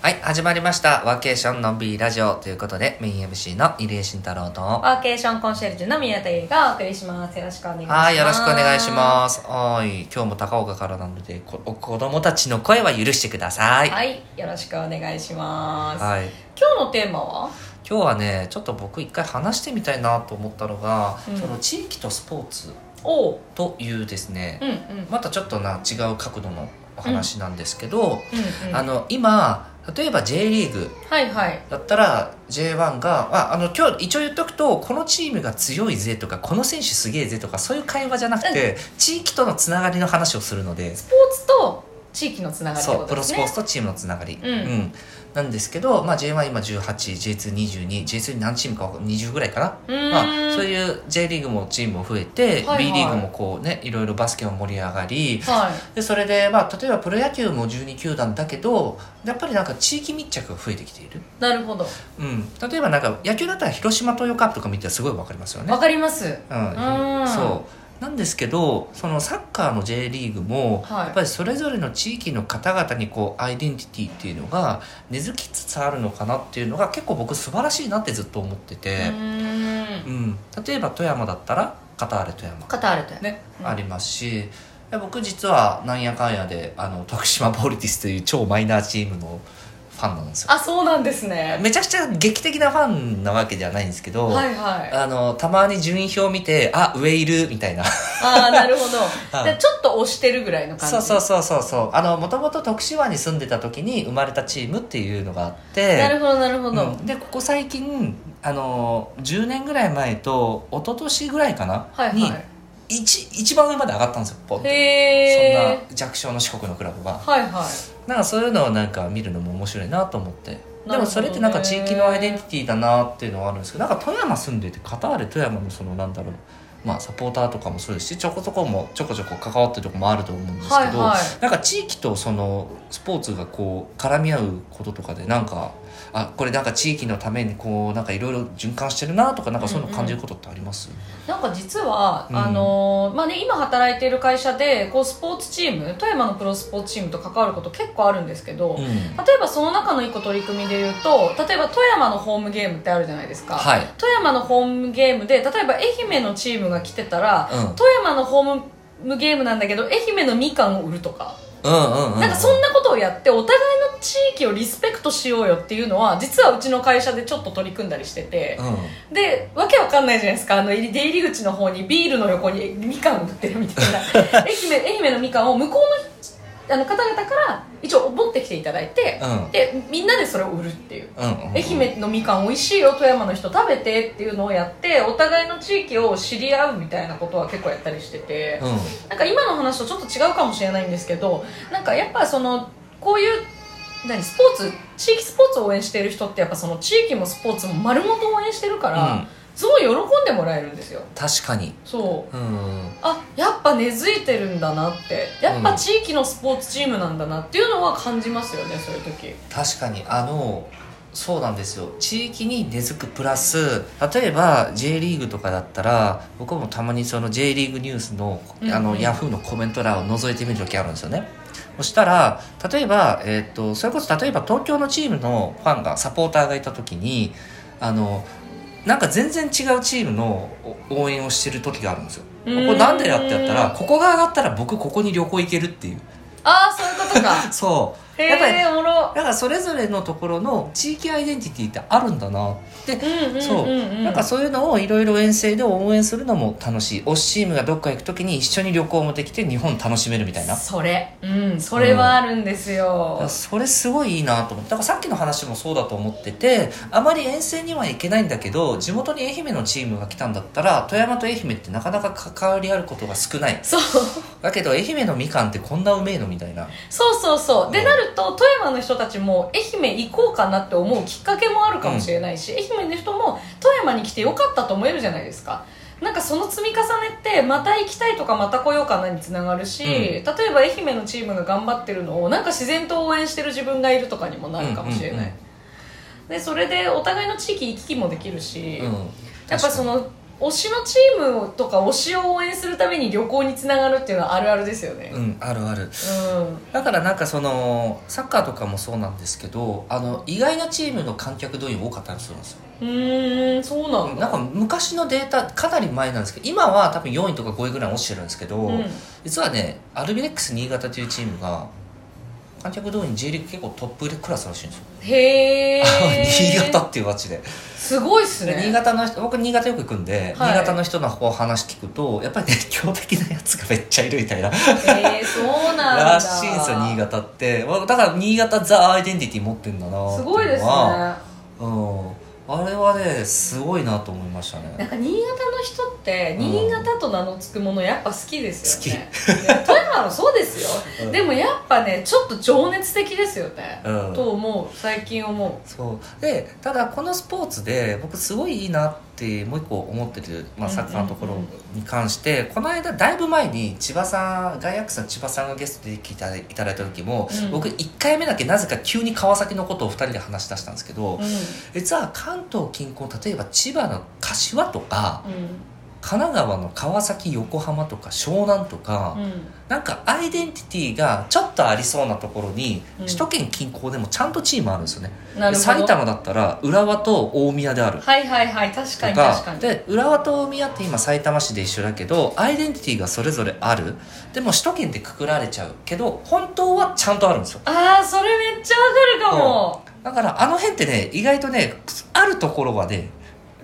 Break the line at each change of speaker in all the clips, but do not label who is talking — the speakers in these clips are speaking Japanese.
はい、始まりました。ワーケーションのんびりラジオということで、メイン MC の入江慎太郎と、は
ワーケーションコンシェルジュの宮田優がお送りします。よろしくお願いします。
い、よろしくお願いします。おい、今日も高岡からなので、こ子供たちの声は許してください。
はい、よろしくお願いします。
はい。
今日のテーマは
今日はね、ちょっと僕一回話してみたいなと思ったのが、
うん
その地域とスポーツ
おう、
というですね
う、んうん。うん
またちょっとな、違う角度のお話なんですけど、
うん、
あの、今、例えば J リーグ、
はいはい。
だったら J1 がああの今日一応言っとくとこのチームが強いぜとかこの選手すげえぜとかそういう会話じゃなくて、地域とのつながりの話をするので
スポーツと地域のつながりって
そ
こ
うプ
とで
ロス
す
ポー
ね。
ツとチームのつながり、
うん
なんですけど、まあ、J1 今 18J222J2 に何チームかわかん20ぐらいかな。
うーん
まあ、そういう J リーグもチームも増えて、
はいはい
B リーグもこうねいろいろバスケも盛り上がり
は
でそれで、まあ、例えばプロ野球も12球団だけどやっぱりなんか地域密着が増えてきている
い。なるほど。
うん、例えばなんか野球だったら広島東洋カップとか見てたらすごいわかりますよね
わ。かります。
う、
うんん
そうなんですけどそのサッカーの J リーグも、
はい
やっぱりそれぞれの地域の方々にこうアイデンティティっていうのが根付きつつあるのかなっていうのが結構僕素晴らしいなってずっと思って
う
て、
ーん。
うん例えば富山だったらカターレ富山、
カタールとや。
ね
うん
ありますしで僕実はなんやかんやであの徳島ボルティスという超マイナーチームのファンなんですよ
あ、そうなんですね。
めちゃくちゃ劇的なファンなわけじゃないんですけど、
はいはい。
あのたまに順位表を見てあ上いるみたい な
ああ、なるほど。
うん
じゃあちょっと押してるぐらいの感じ。
そうそうそうそうそうあのもともと徳島に住んでた時に生まれたチームっていうのがあって
なるほど、なるほど。
うんでここ最近あの10年ぐらい前と一昨年ぐらいかな、
はいは
に一一番上まで上がったんですよポンっ
い。
てそん
へ
な
え。
弱小の四国のクラブが
はいはい。
なんかそういうのをなんか見るのも面白いなと思って、
な
で
るほどね
もそれってなんか地域のアイデンティティだなっていうのはあるんですけどなんか富山住んでてカターレ富山のそのなんだろうまあサポーターとかもそうですしちょこちょこもちょこちょこ関わってるとこもあると思うんですけど、
はいはい。
なんか地域とそのスポーツがこう絡み合うこととかでなんかあこれなんか地域のためにこうなんかいろいろ循環してるなとかなんかそういうの感じることってあります、
なんか実は、
うん
あのーまあね、今働いている会社でこうスポーツチーム富山のプロスポーツチームと関わること結構あるんですけど、
うん
例えばその中の一個取り組みで言うと例えば富山のホームゲームってあるじゃないですか、
はい、
富山のホームゲームで例えば愛媛のチームが来てたら、
うん
富山のホームゲームなんだけど愛媛のみかんを売るとか、
うんうんうん
なんかそんなことをやってお互いの地域をリスペクトしようよっていうのは実はうちの会社でちょっと取り組んだりしてて、
うん
でわけわかんないじゃないですかあの入り出入り口の方にビールの横にみかんを売ってるみた いな愛媛愛媛のみかんを向こうのあの方々から一応持ってきていただいて、
うん
でみんなでそれを売るっていう、
うんうんうん
愛媛のみかん美味しいよ富山の人食べてっていうのをやってお互いの地域を知り合うみたいなことは結構やったりしてて、
うん
なんか今の話とちょっと違うかもしれないんですけどなんかやっぱそのこういう何スポーツ地域スポーツを応援している人ってやっぱその地域もスポーツも丸ごと応援してるから、
うん
すごい喜んでもらえるんですよ
確かに
そう
うん
あやっぱ根付いてるんだなってやっぱ地域のスポーツチームなんだなっていうのは感じますよねそういう時
確かにあのそうなんですよ地域に根付くプラス例えば J リーグとかだったら僕もたまにその J リーグニュースの,、あ
うん
の
うん
ヤフーのコメント欄を覗いてみる時あるんですよねそしたら例えば、えー、とそれこそ例えば東京のチームのファンがサポーターがいた時にあのなんか全然違うチームのお応援をしてる時があるんですよこ
うん
れなんでだってやったらここが上がったら僕ここに旅行行けるっていう
ああそういうことか
そう
へ
やっぱり
えおもろ
だからそれぞれのところの地域アイデンティティってあるんだなで、
うんうんうん
そう
うん
なんかそういうのをいろいろ遠征で応援するのも楽しい推しチームがどっか行く時に一緒に旅行もできて日本楽しめるみたいな
それうんそれはあるんですよ、
それすごいいいなと思ってだからさっきの話もそうだと思っててあまり遠征には行けないんだけど地元に愛媛のチームが来たんだったら富山と愛媛ってなかなか関わりあることが少ない
そう
だけど愛媛のみかんってこんなうめえのみたいな
そうそうそう。
う
で
ん
なると、富山の人たちも愛媛行こうかなって思うきっかけもあるかもしれないし、愛媛の人も富山に来てよかったと思えるじゃないですか。なんかその積み重ねってまた行きたいとかまた来ようかなにつながるし、
うん
例えば愛媛のチームが頑張ってるのをなんか自然と応援してる自分がいるとかにもなるかもしれない、
うん
でそれでお互いの地域行き来もできるし、
うんうん
やっぱその推しのチームとか推しを応援するために旅行につながるっていうのはあるあるですよね
うんあるある
うん
だからなんかそのサッカーとかもそうなんですけどあの意外なチームの観客動員多かったりするんですよ
うーんそうなん
な
だ
んか昔のデータかなり前なんですけど今は多分4位とか5位ぐらい落ちてるんですけど、
うん
実はねアルビレックス新潟というチームが観客動員 J リーグ結構トップクラスらしいんですよ、
へえ
新潟っていう街です
ごいっすね
新潟の人僕新潟よく行くんで、
はい
新潟の人のこう話聞くとやっぱり熱狂的なやつがめっちゃいるみたいな
へえそうなんだ
らしいんですよ新潟ってわだから新潟ザ・アイデンティティ持ってんだなって
す
うの
ごいですね
は
な
うん、あれはねすごいなと思いましたね
んか新潟の人って
うん
新潟と名の付くものやっぱ好きですよね好き富山もそうですよ、
うん
でもやっぱねちょっと情熱的ですよね、
うん
と思う最近思
そうでただこのスポーツで僕すごいいいなってもう一個思ってる、まあ、サッカーのところに関して、この間だいぶ前に千葉さんガイアックスの千葉さんがゲストで来ていただいた時も、
うん
僕1回目だけなぜか急に川崎のことを2人で話し出したんですけど、
う、うん
実は関東近郊例えば千葉の柏とか
う
神奈川の川崎横浜とか湘南とか、
ん
なんかアイデンティティがちょっとありそうなところに、
うん
首都圏近郊でもちゃんとチームあるんですよね
うん、なるほど
埼玉だったら浦和と大宮である
はいはいはい確
と
か
か
に確かに
で浦和と大宮って今埼玉市で一緒だけどアイデンティティがそれぞれあるでも首都圏でくくられちゃうけど本当はちゃんとあるんですよ
ああそれめっちゃわかるかも、
だからあの辺ってね意外とねあるところはね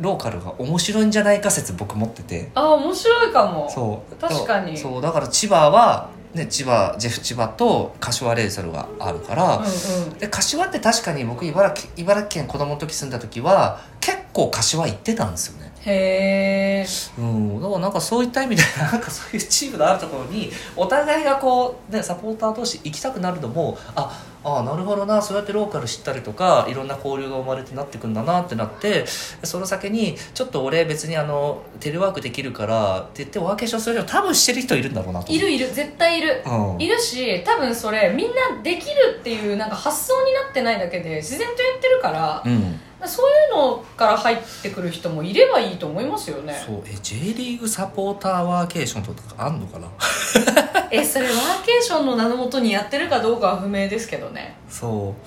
ローカルが面白いんじゃないか説僕持ってて
ああ面白いかも
そう
確かに
そうだから千葉は、ね、千葉ジェフ千葉と柏レイソルがあるから、
うんうん
で柏って確かに僕茨城茨城県子供の時住んだ時は結構柏行ってたんですよね
へえ
うんだからなんかそういった意味でなんかそういうチームのあるところにお互いがこう、ね、サポーター同士行きたくなるのもああなるほどなそうやってローカル知ったりとかいろんな交流が生まれてなってくんだなってなってその先にちょっと俺別にあのテレワークできるからって言ってお分けしをする人多分してる人いるんだろうなと思う
いるいる絶対いる
うん
いるし多分それみんなできるっていうなんか発想になってないだけで自然とやってるから、
うん
そういうのから入ってくる人もいればいいと思いますよね
そうえ J リーグサポーターワーケーションとかあんのかな
えそれワーケーションの名のもとにやってるかどうかは不明ですけどね
そう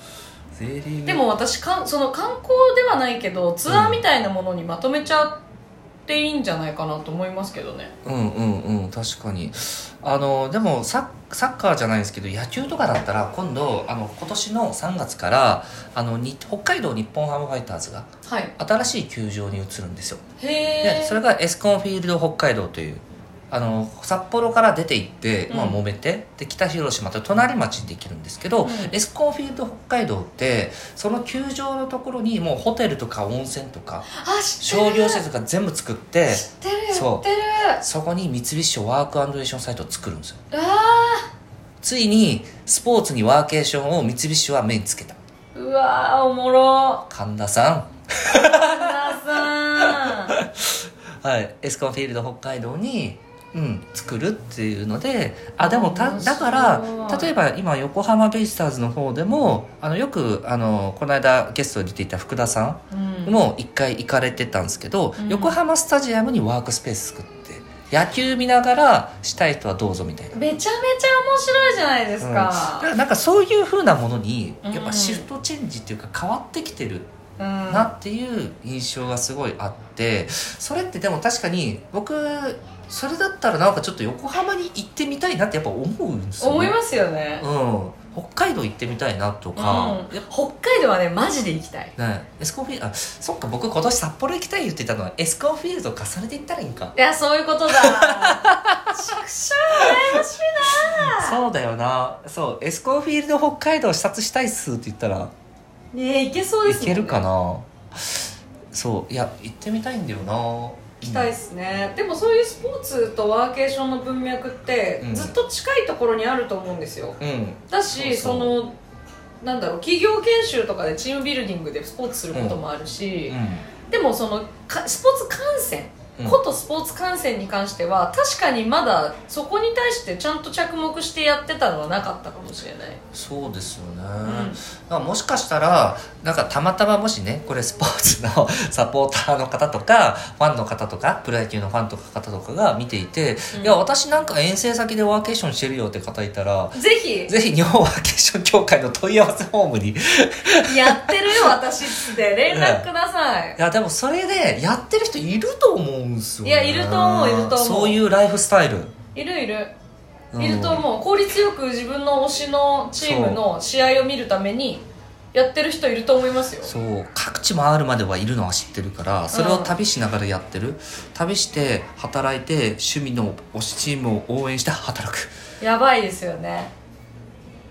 J リーグ
でも私かんその観光ではないけどツアーみたいなものにまとめちゃっていいんじゃないかなと思いますけどね
うんうんうん確かにあのでもサッサッカーじゃないですけど野球とかだったら今度あの今年の3月からあのに北海道日本ハムファイターズが
はい
新しい球場に移るんですよ
へ
で
え
それがエスコンフィールド北海道というあの札幌から出て行って、まあ、
うん
揉めて、で北広島と隣町にできるんですけど、
うん
エスコンフィールド北海道ってその球場のところにもうホテルとか温泉とか
あ知ってる
商業施設とか全部作って
知ってる
そう
やってる
そこに三菱商ワークレーションサイトを作るんですよ
あ
ついにスポーツにワーケーションを三菱は目につけた
ーうわーおもろ
神田さ
神田さん
んはいエスコンフィールド北海道にうん作るっていうのであでもた
面白
だ
い
から例えば今横浜ベイスターズの方でもあのよくあのこの間ゲストに出ていた福田さんも一回行かれてたんですけど、
うん
横浜スタジアムにワークスペース作って野球見ながらしたい人はどうぞみたいな
めちゃめちゃ面白いじゃないです
だ
か
か、らなんかそういうふうなものに
うん
やっぱシフトチェンジっていうか変わってきてる
うん
なっていう印象がすごいあってそれってでも確かに僕それだったらなんかちょっと横浜に行ってみたいなってやっぱ思うんですよ、ね、
思いますよね、
うん、北海道行ってみたいなと
うん
か、やっ
北海道はねマジで行きたい
ぱねエスコンフィールあそっか僕今年札幌行きたい言ってたのはエスコンフィールドを重ねていったらいいんか
いやそういうことだちくしょう羨ましい
そうだよなそうエスコンフィールド北海道視察したいっすって言ったら
なねえ行けそうです
い
もん
ける
ね
かなそういや行ってみたいんだよな行
行きたいですねでもそういうスポーツとワーケーションの文脈って、
うん
ずっと近いところにあると思うんですよ
うん
だし
そ
そう
そう
のなんだろう企業研修とかでチームビルディングでスポーツすることもあるし、
うん
でもそのかスポーツ観戦
うん
ことスポーツ観戦に関しては確かにまだそこに対してちゃんと着目してやってたのはなかったかもしれない、
そうですよね、
うん
だからもしかしたらなんかたまたまもしねこれスポーツの サポーターの方とかファンの方とかプロ野球のファンとか方とかが見ていて、
うん
いや私なんか遠征先でワーケーションしてるよって方いたら
ぜひ
ぜひ日本ワーケーション協会の問い合わせフォームにい
やってる よ私っつって連絡ください、
やでもそれでやってる人いると思うんですよ、ね、
いやいると思ういると思う
そういうライフスタイル
いるいる
うん
いると思う効率よく自分の推しのチームの試合を見るためにやってる人いると思いますよ
そう各地回るまではいるのは知ってるからそれを旅しながらやってる、旅して働いて趣味の推しチームを応援して働く
やばいですよね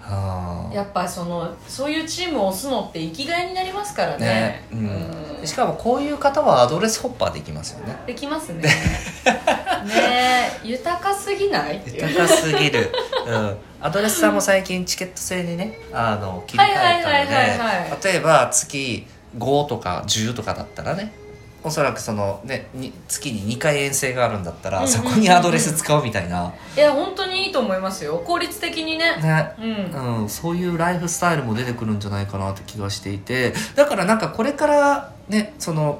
あ
やっぱそのそういうチームを推すのって生きがいになりますから
あ
ね
ね
う
うんんしかもこういう方はアドレスホッパーできますよね
で きますねねえ豊かすぎないってい う
豊かすぎ る、うん、アドレスさんも最近チケット制にねあの切り替えたので、
はいはいはいはいは
例えば月5とか10とかだったらねおそらくそのねに月に2回遠征があるんだった
うん
ら
うんうんう
そ
ん
こにアドレス使うみたいな、
いや本当にいいと思いますよ効率的にね
ね
うん
うん、そういうライフスタイルも出てくるんじゃないかなって気がしていてだからなんかこれからねその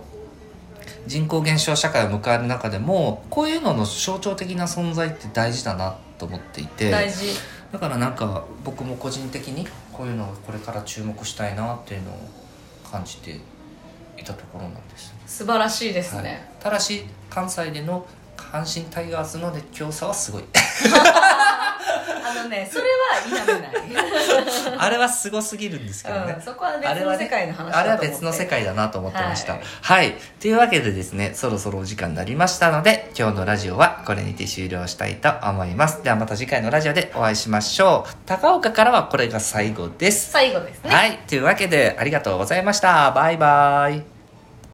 人口減少社会を迎える中でもこういうのの象徴的な存在って大事だなと思っていて
大事
だからなんか僕も個人的にこういうのをこれから注目したいなっていうのを感じていたところなんです。
素晴らしいです
はい
ね、
ただし関西での阪神タイガースの熱狂さはすごい
あのねそれ は否めない
あれはすごすぎるんですけどね、
うん、そこは別
あれ
の
は
世
ね
界の話だと思って
あれは別の世界だなと思ってました
は
はいい、というわけでですねそろそろお時間になりましたので今日のラジオはこれにて終了したいと思いますではまた次回のラジオでお会いしましょう高岡からはこれが最後です、
最後ですね
はいというわけでありがとうございましたバイバイ